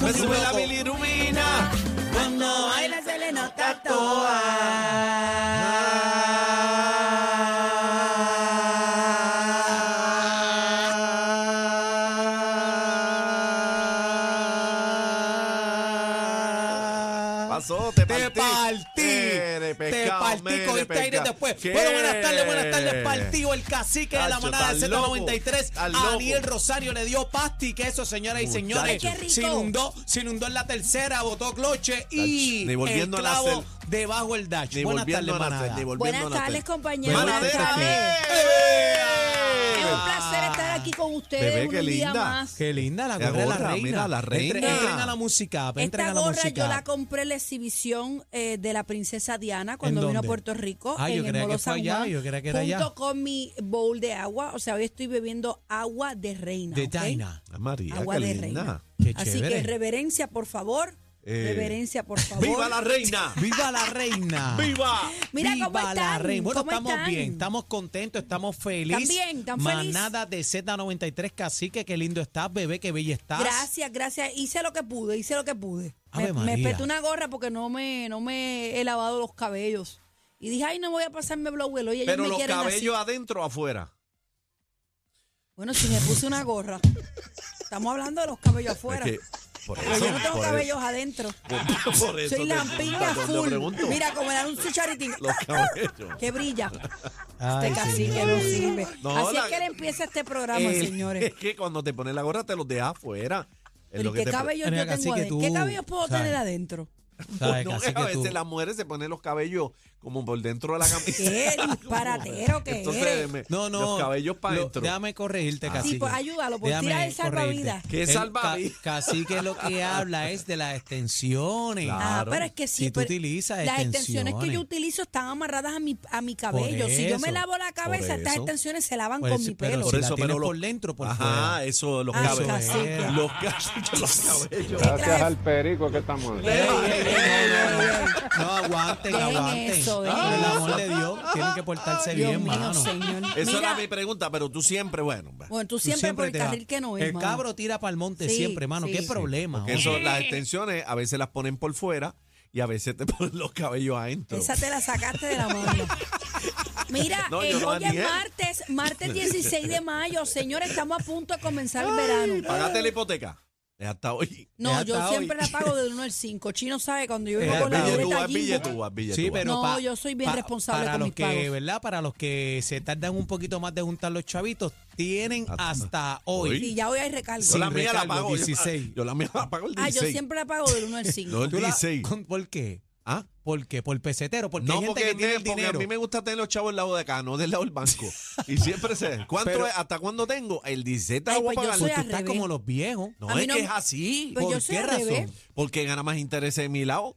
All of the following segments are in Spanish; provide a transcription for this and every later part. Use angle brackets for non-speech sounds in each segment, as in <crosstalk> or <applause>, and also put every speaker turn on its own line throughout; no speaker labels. Me sube la bilirubina. Cuando baila se le nota toda.
Pasó, te partí.
Te partí. te
Mere, pescado,
partí,
mere,
cogiste aire
pescado.
después.
¿Qué?
Bueno, buenas tardes, buenas tardes, partido. El cacique de la
Tacho,
manada de
estás loco,
Z93.
estás loco.
Daniel Rosario le dio pasti, que eso, señoras y señores.
Ay, qué rico.
Se inundó, se inundó en la tercera, botó cloche y
Tacho, ni volviendo
el
a nacer.
clavo debajo el dash.
Ni
buenas
volviendo
tardes,
a nacer,
manada.
ni volviendo
Buenas
a nacer.
tardes, compañeros.
Buenas
Buenas
tardes.
Es
¡Eh!
un placer estar aquí con ustedes
Bebé,
un
qué
día
linda.
más.
Qué linda la
La
gorra, de la
gorra,
reina.
mira, la reina.
Entren, entren a la música, entren
Esta
a la
gorra
música.
yo la compré en la exhibición eh, de la princesa Diana cuando
¿En
vino a
dónde?
Puerto Rico
Ah, yo
en el
creía que
Molo
fue
San
allá,
Juan,
yo creía que era
junto
allá.
con mi bowl de agua. O sea, hoy estoy bebiendo agua de reina.
de
¿ok?
Taina.
Ah, María,
Agua
qué
de
linda.
reina.
Qué
Así
chévere.
que reverencia, por favor.
Eh,
Reverencia, por favor.
¡Viva la reina!
¡Viva la reina!
¡Viva!
Mira
Viva
cómo están.
la reina. Bueno,
¿Cómo
estamos
están?
bien, estamos contentos, estamos felices.
¿Están bien? ¿Están feliz?
Manada de Z93, cacique, qué lindo estás, bebé, qué bella estás.
Gracias, gracias. Hice lo que pude, hice lo que pude.
Ave
me, me
María.
espeté una gorra porque no me, no me he lavado los cabellos. Y dije, ay, no voy a pasarme blower. Oye, ellos
Pero
me
los
quieren así.
cabellos adentro o afuera.
Bueno, si me puse una gorra. Estamos hablando de los cabellos afuera.
Es que, por
Pero
eso,
yo no tengo
por
cabellos adentro.
eso- por eso
Soy
te-
lampiña
te
full.
pregunto.
Mira, como era un charitín
Los
<laughs>
cabellos.
que brilla.
Ay,
este cacique
señor.
no sirve.
No,
Así
la-
es que le empieza este programa,
El-
señores.
Es que cuando te pones la gorra te los dejas afuera. Es
Pero
lo
¿y
que
¿Qué
te pre-
cabellos
Mira,
yo tengo
cacique,
adentro? ¿Qué
tú,
cabellos puedo
¿sabes?
tener adentro?
Sabes,
No,
cacique,
a veces
tú-
las mujeres se ponen los cabellos como por dentro de la camisa.
¿Qué disparatero que
Entonces,
eres?
me-
No, no.
los cabellos para
lo-
adentro.
Déjame corregirte,
Ah.
cacique.
Sí, pues, ayúdalo, pues,
Déjame
tira el
corregirte.
salvavidas.
¿Qué
El
salvavidas?
ca- Cacique lo
<laughs>
que habla es de las extensiones.
Ah,
Claro.
pero es que sí,
Si tú
pero
utilizas
las
extensiones.
extensiones que yo utilizo están amarradas a mi, a mi cabello. Si yo me
eso,
lavo la cabeza,
por
estas
eso.
extensiones se lavan
Por
con
eso,
mi
pero
pelo.
si- la tienes por dentro, por fuera.
Ajá, eso, los
Ah,
cabellos.
cacique.
Los cabellos, los cabellos.
Gracias al perico que estamos aquí.
Ey, ey, ey, no, no, no. No, aguanten,
Dejen
aguanten.
eso, dejen
Por el
eso.
amor de Dios, tienen que portarse
Dios
bien,
mío,
mano.
señor.
Esa era
Mira,
mi pregunta, pero tú siempre, bueno. pues, va.
bueno, tú
Tú
siempre, por el
te vas.
carril que no es,
El
mano.
cabro tira para el monte
Sí,
siempre, mano. Qué
sí.
problema.
Porque
hombre.
eso, las extensiones a veces las ponen por fuera y a veces te <laughs> ponen los cabellos adentro.
Esa te la sacaste de la
<laughs>
mano. Mira,
No,
eh,
yo no,
hoy es
Daniel.
martes, martes 16 de mayo. Señores, estamos a punto de comenzar el verano.
Pagaste la hipoteca. Es hasta hoy.
No,
Es
yo
hasta
siempre
hoy.
la pago del 1 al 5. Chino sabe, cuando yo
Es
vivo con la
hasta hoy.
libreta
Billetúa,
Jimbo,
billetúa, billetúa.
Sí, pero
No,
pa-
yo soy bien responsable
para
con
los
mis
que,
pagos.
¿verdad? Para los que se tardan un poquito más de juntar los chavitos, tienen hasta hoy.
Ah, hoy.
y ya hoy hay recargo.
Yo la
sin
mía la
recargo,
pago. yo-
16.
Yo, la mía la pago el
Ah,
16.
yo siempre la pago del 1
<laughs>
al 5.
No, el
Tú la-
16.
con- ¿Por qué?
¿Ah?
¿Por qué? ¿Por pesetero? Porque
No,
hay gente
porque,
que tiene
me-
el
porque a
dinero.
mí me gusta tener los chavos del lado de acá, no del lado del banco. Y
<laughs>
siempre sé. ¿Cuánto
Pero-
es? ¿Hasta cuándo tengo? El 17
Ay,
lo voy
pues yo
a
soy
pagar.
Tú
al
estás
revés.
como los viejos.
No,
a mí
es
no-
que es así.
Pues
¿Por
yo soy
qué
al
razón?
revés.
Porque gana más intereses de mi lado.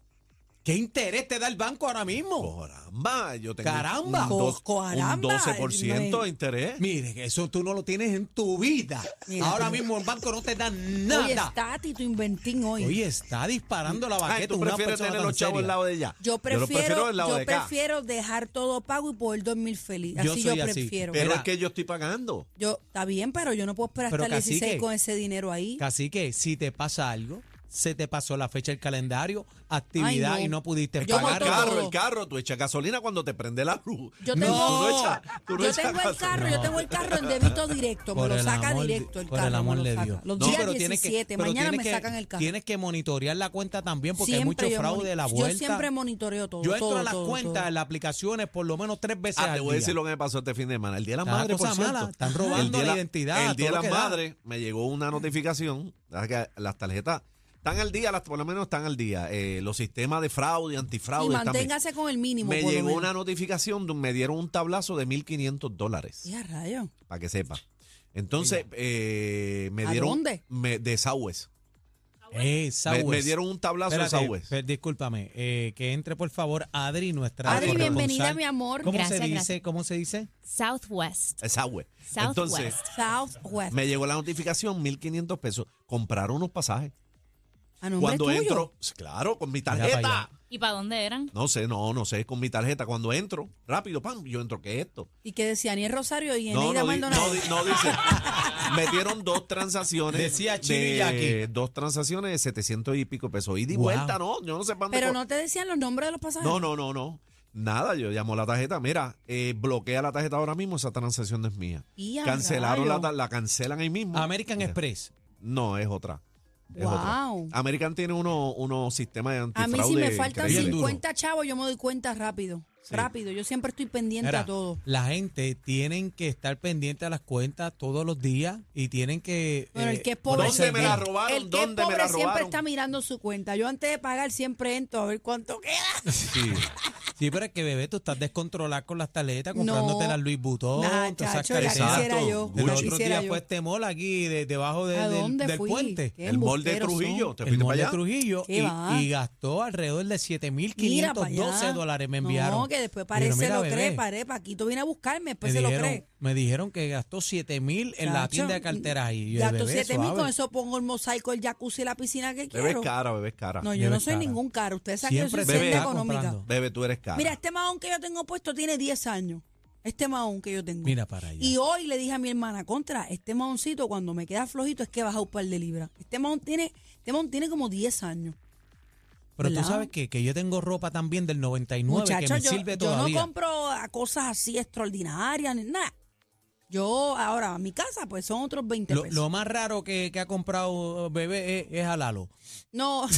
¿Qué interés te da el banco ahora mismo?
Caramba, yo tengo
Caramba.
un, dos-
Co-
un
caramba,
12% de
Edmundo.
interés.
Mire, que eso tú no lo tienes en tu vida.
Mira,
ahora
tú-
mismo el banco no te da
Oye,
nada.
Tati, tu inventín hoy.
Oye, está disparando la
Ay,
baqueta.
Ah, tú
una
prefieres
persona
tener
tan
los chavos
seria.
del lado de allá.
yo
los
prefiero,
del lado
yo
de acá.
prefiero dejar todo pago y poder dormir feliz.
Yo
Así
soy
yo,
así.
prefiero.
Pero
Mira.
es que yo estoy pagando.
yo, está bien, pero yo no puedo esperar
Pero,
hasta el 16
cacique,
con ese dinero ahí.
Cacique, si te pasa algo, se te pasó la fecha del calendario, actividad
Ay, no.
y no pudiste
Yo
Paga
pagar.
el
con todo.
carro, el carro. Tú echas gasolina cuando te prende la luz.
Yo
Tú
tengo,
no echas- tú no
yo
echas
tengo el
gasolina.
carro, yo tengo el carro en débito directo, me
Por
lo
el
saca
amor de-
directo el
por
carro.
el amor
me lo
de
saca.
Dios.
Los
No,
días
pero tienes que-
17,
pero
mañana me
tienes que-
sacan el carro.
Tienes que monitorear la cuenta también porque hay mucho
yo
fraude
moni-
de la
yo
vuelta.
siempre monitoreo todo,
Yo entro
todo,
a las
todo,
cuentas,
todo.
en las aplicaciones, por lo menos tres veces
Ah, te
al
voy a
día.
decir lo que me pasó este fin de semana. El día de las
Cada
madres, por
cosa
cierto.
mala, están robando
El día de
la identidad,
El día de
todo
las
lo que da.
madres me llegó una notificación. ¿sabes que Las tarjetas están al día, las, por lo menos están al día. Eh, los sistemas de fraude,
Y
antifraude. están bien.
manténgase con el mínimo.
Me
por lo
llegó
menos.
una notificación, de- me dieron un tablazo de 1.500 dólares,
Ya, rayo.
para que sepa. Entonces, eh, me
¿A
dieron...
dónde?
me- de Southwest.
Eh,
Me,
Southwest.
me dieron un tablazo
Espérate,
de Southwest.
per- discúlpame, eh, que entre por favor Adri, nuestra
Adri,
corresponsal.
bienvenida, mi amor.
¿Cómo
Gracias,
se dice?
gracias.
¿Cómo se dice?
Southwest.
Eh, Southwest. Entonces,
Southwest.
Southwest.
me llegó la notificación, 1.500 pesos. Comprar unos pasajes.
a nombre
Cuando
tuyo.
entro, claro, con mi
para
tarjeta.
allá.
¿Y para dónde eran?
No sé, no, no sé, con mi tarjeta. Cuando entro, rápido, pam, yo entro, ¿qué es esto?
Y que decía Aniel Rosario y
No,
Eneida
no, di-
Maldonado.
no di- no dice. <laughs> metieron dos transacciones.
Decía Chino y
de-
Jackie.
Dos transacciones de 700 y pico pesos. Y di
Wow.
vuelta, ¿no? Yo no sé para dónde
Pero
co-
no te decían los nombres de los pasajeros.
No, no, no, no. Nada, yo llamo a la tarjeta. Mira, eh, bloquea la tarjeta ahora mismo, esa transacción no es mía.
Y a
Cancelaron la,
rayos.
ta- la cancelan ahí mismo.
American
Ya.
Express.
No, es otra. Es otra.
Wow.
American tiene unos unos sistemas de
A
antifraude.
mí si me faltan
increíbles.
Bien duro.
50 chavos, yo me doy cuenta rápido.
Sí.
Rápido, yo siempre estoy pendiente
Mira,
a todo.
la gente tienen que estar pendiente a las cuentas todos los días y tienen que...
Bueno,
eh,
el que es pobre,
ponerse
¿Dónde me la
al día.
ro- robaron?
El que es
¿Dónde me
pobre
la
siempre
robaron?
está mirando su cuenta. Yo antes de pagar siempre entro a ver cuánto
<laughs>
queda.
Sí.
Sí, pero es que, bebé, tú estás descontrolada con las tarjetas, comprándote
No.
las Luis Butón,
Nah,
todas esas
chacho, ya
carteras.
quisiera yo.
El
ya
otro
quisiera
día
yo.
fue este mall aquí, de- debajo de-
¿A
del,
dónde
del
fui?
puente.
Qué
El mall de
embusteros son.
Trujillo, ¿te
El
fuiste
mall de
para allá?
Trujillo
¿Qué
y,
va?
y gastó alrededor de
Mira pa' allá.
7.512 dólares me enviaron.
No, que después
Y yo,
parece
mira,
lo
bebé,
cree, paré, Paquito viene a buscarme, después
me
se lo
dijeron,
cree.
Me dijeron que gastó 7.000 en la
Chacho,
tienda de carteras. Y yo,
Gasto
bebé,
7 mil,
suave.
con eso pongo el mosaico, el jacuzzi y la piscina que
Bebé es
quiero.
cara, bebé es cara.
No, yo
Bebé
no
es
soy
cara.
ningún caro. Ustedes saben que yo soy
Siempre
gente
bebé.
económica.
comprando.
Bebé, tú eres cara.
Mira, este mahón que yo tengo puesto tiene 10 años. Este mahón que yo tengo.
Mira para allá.
Y hoy le dije a mi hermana, contra, este mahoncito cuando me queda flojito es que baja un par de libras. Este mahón tiene, este mahón tiene como 10 años.
Pero tú
¿verdad?
sabes que, que yo tengo ropa también del 99 que
Muchachos,
me
yo,
sirve
yo no
todavía.
compro a cosas así extraordinarias, ni nada. Yo, ahora, a mi casa, pues son otros 20
lo,
pesos.
lo más raro que, que ha comprado bebé es, es a Lalo.
No. <laughs>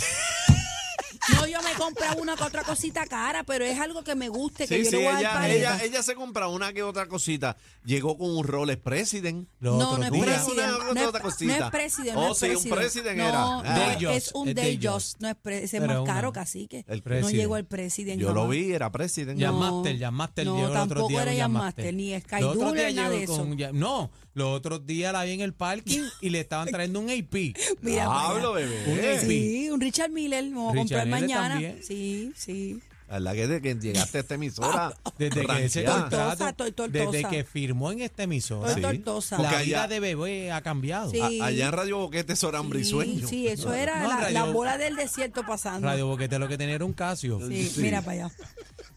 No, yo me compro una que otra cosita cara, pero es algo que me guste, que
sí,
yo
sí,
le voy a dar
ella,
paleta.
ella, ella se compra una que otra cosita. Llegó con un Rolex President.
Los
no,
otros
no es
días-
presidente.
president.
Una- una-
No
otra
es,
cosita.
no es president.
Oh,
no es
sí, un
president.
president
No,
era. Ah.
no,
Day Just,
es un
es
day
Day
just.
Just.
No es pre- ese es
Pero
más
una-
caro, cacique.
El
No
president.
llegó el president.
Yo lo
jamás.
vi, era President.
Jan Master, Jan Master
No,
llegó el otro
tampoco
día.
era
con
Jan Master, ni Sky
Los otros
Doodle,
días
nada
llegó
de
con
eso.
Jan- no, los otros días la vi en el parking
<laughs>
y le estaban trayendo un AP.
Mira, para allá.
Ah, Hablo,
Un
bebé.
ex-
Sí, un Richard Miller. Me voy a
Richard
comprar
Miller
mañana.
también.
Sí, sí.
La verdad que desde que llegaste a
<laughs>
esta emisora.
Desde que, ese
ranqueada.
Tortosa,
contrato,
estoy tortosa.
desde que firmó en esta emisora,
Estoy
Sí.
tortosa.
Porque
la vida
allá-
de bebé ha cambiado.
Sí.
A- Allá en Radio Boquete eso era
Sí,
hambrisueño.
sí, eso era
No,
la,
Radio-
la bola del desierto pasando.
Radio Boquete lo que tenía era un Casio.
Sí,
Sí.
mira para allá.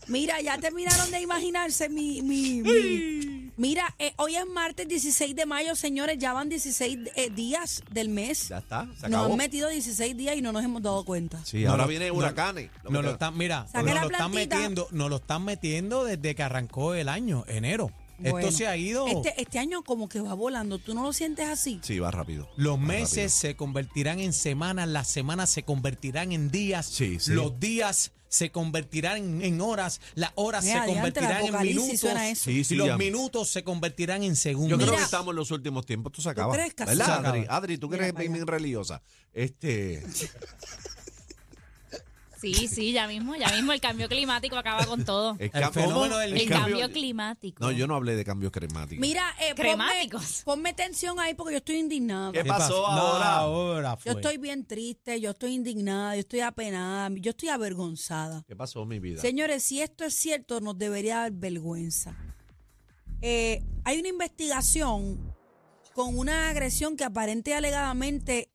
Mira, ya terminaron de imaginarse mi... mi- mi- Mira, eh, hoy es martes 16 de mayo, señores, ya van 16 eh, días del mes.
Ya está, se
nos
acabó.
han metido 16 días y no nos hemos dado cuenta.
Sí,
No
ahora
lo-
viene
no-
huracanes.
No lo están, mira,
Saque
nos
la
lo están
plantita.
metiendo, nos lo están metiendo desde que arrancó el año, enero.
Bueno,
Esto se ha ido.
Este, este año como que va volando, ¿tú no lo sientes así?
Sí, va rápido.
Los
Va
meses se convertirán en semanas, las semanas se convertirán en días,
Sí, sí.
los días se convertirán en, en horas, las horas
Mira,
se
adiante,
convertirán
el
en
apocalipsis
minutos
suena eso.
Sí, sí,
y los
ya.
minutos se convertirán en
Yo
segundos.
creo que
Mira.
estamos en los últimos tiempos. Tú se acaba.
crees que
¿Verdad,
se acaba?
Adri? Adri, tú que
Mira
eres
para allá.
bien religiosa. Este,
Sí, sí, ya mismo, ya mismo el cambio climático acaba
<laughs>
con todo.
el,
fenómeno del-
El,
el
cambio, climático.
No, yo no hablé de cambio climático.
Mira, eh, ponme,
Cremáticos.
ponme tensión ahí porque yo estoy indignada.
¿Qué pasó
No,
ahora?
ahora fue.
Yo estoy bien triste, yo estoy indignada, yo estoy apenada, yo estoy avergonzada.
¿Qué pasó, mi vida?
Señores, si esto es cierto, nos debería dar vergüenza. Eh, hay una investigación con una agresión que aparente y alegadamente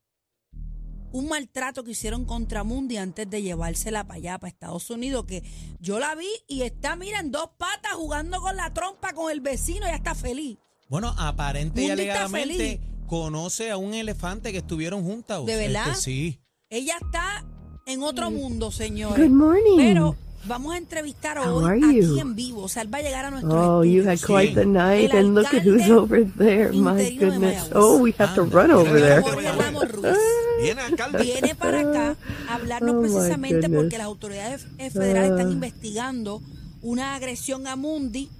un maltrato que hicieron contra Mundi antes de llevársela para allá, para Estados Unidos, que yo la vi y está, mira, en dos patas jugando con la trompa con el vecino, ya está feliz.
Bueno, aparente y
Mundi está feliz.
alegadamente conoce a un elefante que estuvieron juntas.
¿De verdad?
Este, sí.
Ella está en otro mundo,
Good
señores.
morning.
Pero vamos a entrevistar
How
hoy
are you?
aquí en vivo, o sea, él va a llegar a nuestro
Oh, you
estudio.
had quite the
Sí.
night,
El
and look at who's
alcalde
over there. My
interino de
goodness.
Mayagüez.
Oh, we have to
Anda,
run over
mira,
there. Ah.
mira,
Jorge Ramos Ruiz
Viene alcalde.
viene para acá
<laughs>
a hablarnos
Oh, my
precisamente
goodness.
porque las autoridades eh, federales están
Ah.
investigando una agresión a Mundi.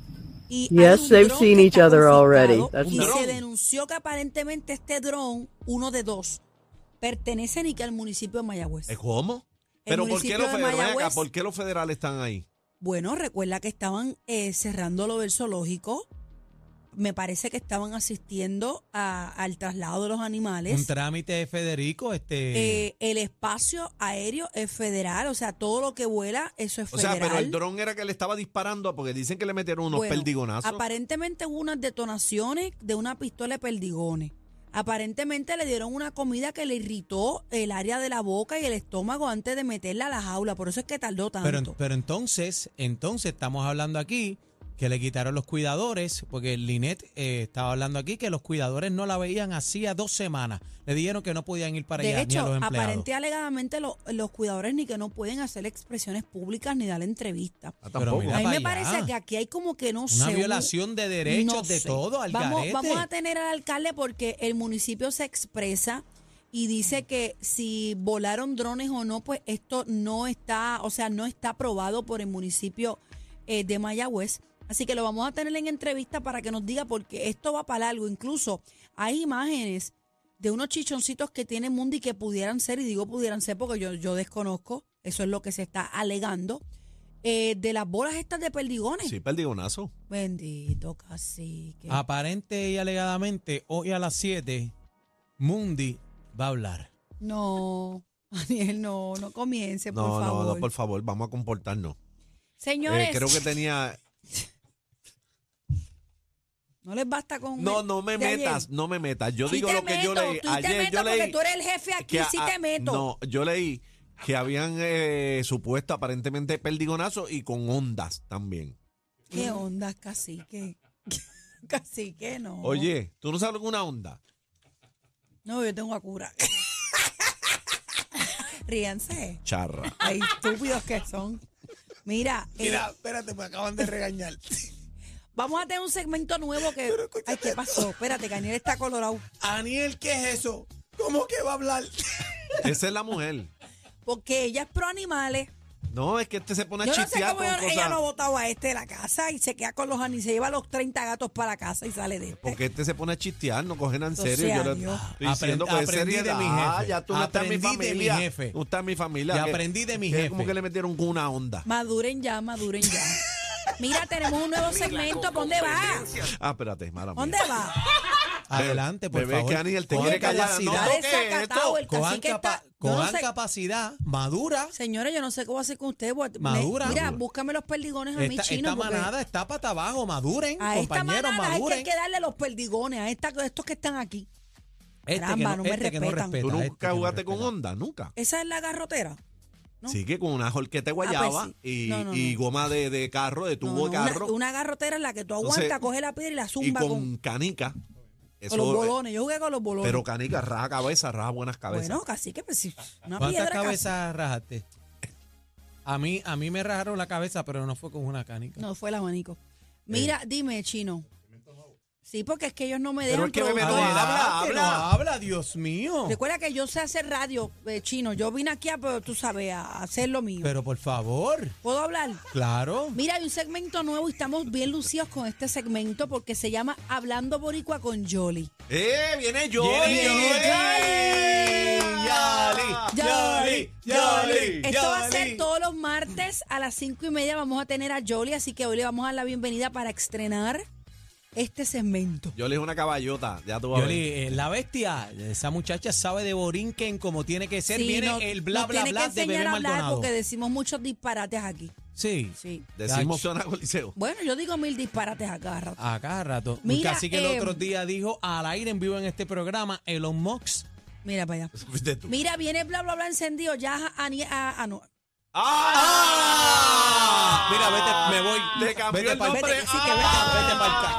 Y hay
Yes,
un
they've
dron
seen
que
each
está
other already.
confiscado
That's
Y
nice.
se denunció que aparentemente este dron, uno de dos, pertenece ni que al municipio de Mayagüez.
Eh, ¿Cómo? Pero ¿por qué,
municipio
los
de
federales, ven acá,
Mayagüez.
¿por qué los federales están ahí?
Bueno, recuerda que estaban eh, cerrando lo del zoológico. Me parece que estaban asistiendo a- al traslado de los animales.
Un trámite de Federico, este.
Eh, el espacio aéreo es federal, o sea, todo lo que vuela, eso es
O sea,
federal.
pero el dron era que le estaba disparando porque dicen que le metieron unos
Bueno,
perdigonazos.
Aparentemente hubo unas detonaciones de una pistola de perdigones. Aparentemente le dieron una comida que le irritó el área de la boca y el estómago antes de meterla a la jaula, por eso es que tardó tanto.
pero, pero entonces, entonces estamos hablando aquí que le quitaron los cuidadores, porque Linet eh, estaba hablando aquí que los cuidadores no la veían hacía dos semanas. Le dijeron que no podían ir para allá
De
ni a
hecho,
los empleados.
aparente y alegadamente lo- los cuidadores ni que no pueden hacer expresiones públicas ni dar entrevistas.
Ah,
Pero
tampoco.
mira,
A mí
pa'
me
allá.
parece que aquí hay como que no sé.
Una
un-
violación de derechos
no
de
sé.
todo al
vamos,
garete.
vamos a tener al alcalde porque el municipio se expresa y dice que si volaron drones o no, pues esto no está, o sea, no está aprobado por el municipio eh, de Mayagüez. Así que lo vamos a tener en entrevista para que nos diga porque esto va para algo. Incluso hay imágenes de unos chichoncitos que tiene Mundi que pudieran ser, y digo pudieran ser porque yo, yo desconozco, eso es lo que se está alegando, eh, de las bolas estas de perdigones.
Sí, perdigonazo.
Bendito cacique.
Ah.
Aparente y alegadamente, hoy a las 7, Mundi va a hablar.
No, <laughs> Daniel, no, no comience, por
No,
favor.
no, no, por favor, vamos a comportarnos.
Señores,
Eh, creo que tenía.
no les basta con.
No, no me
de ayer.
metas, no me metas. Yo
Sí
digo
te
lo que yo
meto,
leí.
tú te
Ayer
meto
yo
porque
leí.
tú eres el jefe aquí,
que,
sí
ah,
te meto.
No, yo leí que habían eh, supuesto aparentemente perdigonazo y con ondas también.
¿Qué onda, cacique? <laughs> cacique, no.
Oh.
Oye, ¿tú no sabes lo que es una onda?
No, yo tengo a cura. <laughs> Ríanse.
<laughs>
Charra.
Ay, estúpidos que son. Mira, eh,
espérate, me acaban de regañar. <laughs>
vamos a tener un segmento nuevo que. Ay, ¿qué pasó? Espérate, que Daniel está colorado.
Aniel, ¿qué es eso? ¿Cómo que va a hablar?
Esa es la mujer.
Porque ella es pro animales.
No, es que este se pone a
Yo no sé
chistear
cómo
con
yo- ella
cosas.
no votaba a este de la casa y se queda con los anis, se lleva los 30 gatos para la casa y sale de este.
Porque este se pone a chistear, no cogen en
O
serio.
sea,
yo le
Dios.
estoy diciendo
Aprend-
que es
aprendí
seriedad.
de mi jefe.
Ah, ya tú no estás en mi
Aprendí de mi
familia.
jefe.
Tú estás en mi familia.
Y
que-
aprendí de mi
que Como
jefe.
que le metieron con una onda.
Maduren ya, maduren ya. Mira, tenemos un nuevo segmento. ¿pa' ¿Dónde va?
Ah, espérate, mala mía.
¿Dónde va?
Adelante, por
Bebé,
favor.
que Aniel te
Cojan
quiere callar. No,
capacidad.
Está
¿qué es
desacatado
esto?
el
Cojan,
cacique
capa-
está. Yo no
cojan
sé-
capacidad madura.
Señora, yo no sé qué voy a hacer con usted. voy a- me-
Madura.
Mira, búscame los perdigones a mi
Esta,
chino.
esta
porque
manada está pata abajo. Maduren,
a esta
compañeros,
manada es que
maduren.
hay que darle los perdigones a, esta- a estos que están aquí.
Este que
Caramba, no me
este que no
respetan.
respeta,
Tú
este que
nunca
no
jugaste con
respeta.
onda, nunca.
Esa es la garrotera. ¿no?
Sí, que con una jorqueta de guayaba
pues sí.
y,
No, no,
y
no.
goma de, de carro, de
No,
tubo
no,
de carro
Una, una garrotera es la que tú aguantas,
Entonces,
coges la piedra y la
y
zumba
con,
con, con
canica. Eso,
los
eh,
bolones. Yo jugué con los bolones.
Pero canica, raja cabeza, raja buenas cabezas.
Bueno, casi que pues, sí, una
¿Cuántas
piedra casi.
cabezas rajaste? A mí, a mí me rajaron la cabeza, pero no fue con una canica.
No, fue el abanico. Mira, dime, chino. Sí, porque es que ellos no me
Pero
dejan.
es que bebé,
productor.
no habla,
Adelante,
habla.
no habla, Dios mío.
Recuerda que yo sé hacer radio, eh, chino. Yo vine aquí a, pero tú sabes, a hacer lo mío.
Pero por favor,
¿Puedo hablar?
claro.
Mira, hay un segmento nuevo y estamos bien lucidos con este segmento porque se llama Hablando Boricua con Yoli.
¡Eh! ¡Viene Yoli!
Viene
¡Yoli!
Yoli, Yoli,
Esto va a ser
Yoli.
todos los martes a las cinco y media. Vamos a tener a Yoli, así que hoy le vamos a dar la bienvenida para estrenar este segmento.
Yoli es una caballota, ya tú vas a ver.
Yoli, eh, la bestia, esa muchacha sabe de Borinquen como tiene que ser.
Sí,
Viene
no-
el bla,
nos
bla,
tiene
bla
que
de Bebé
enseñar a hablar
Maldonado.
porque decimos muchos disparates aquí.
Sí,
Sí.
Decimos zona coliseo. <laughs>
Bueno, yo digo mil disparates acá, cada rato.
a cada rato.
Mira,
Así que el
eh,
otro día dijo al aire en vivo en este programa, Elon Musk.
Mira para allá.
¿Viste tú?
Mira, viene bla bla bla encendido. Ya a, a- a- no.
¡Ah!
Mira, vete, me voy.
Te cambió
Vete
el
pa'l-
nombre.
Vete, sí, que
¡Ah!
vete pa'l ca-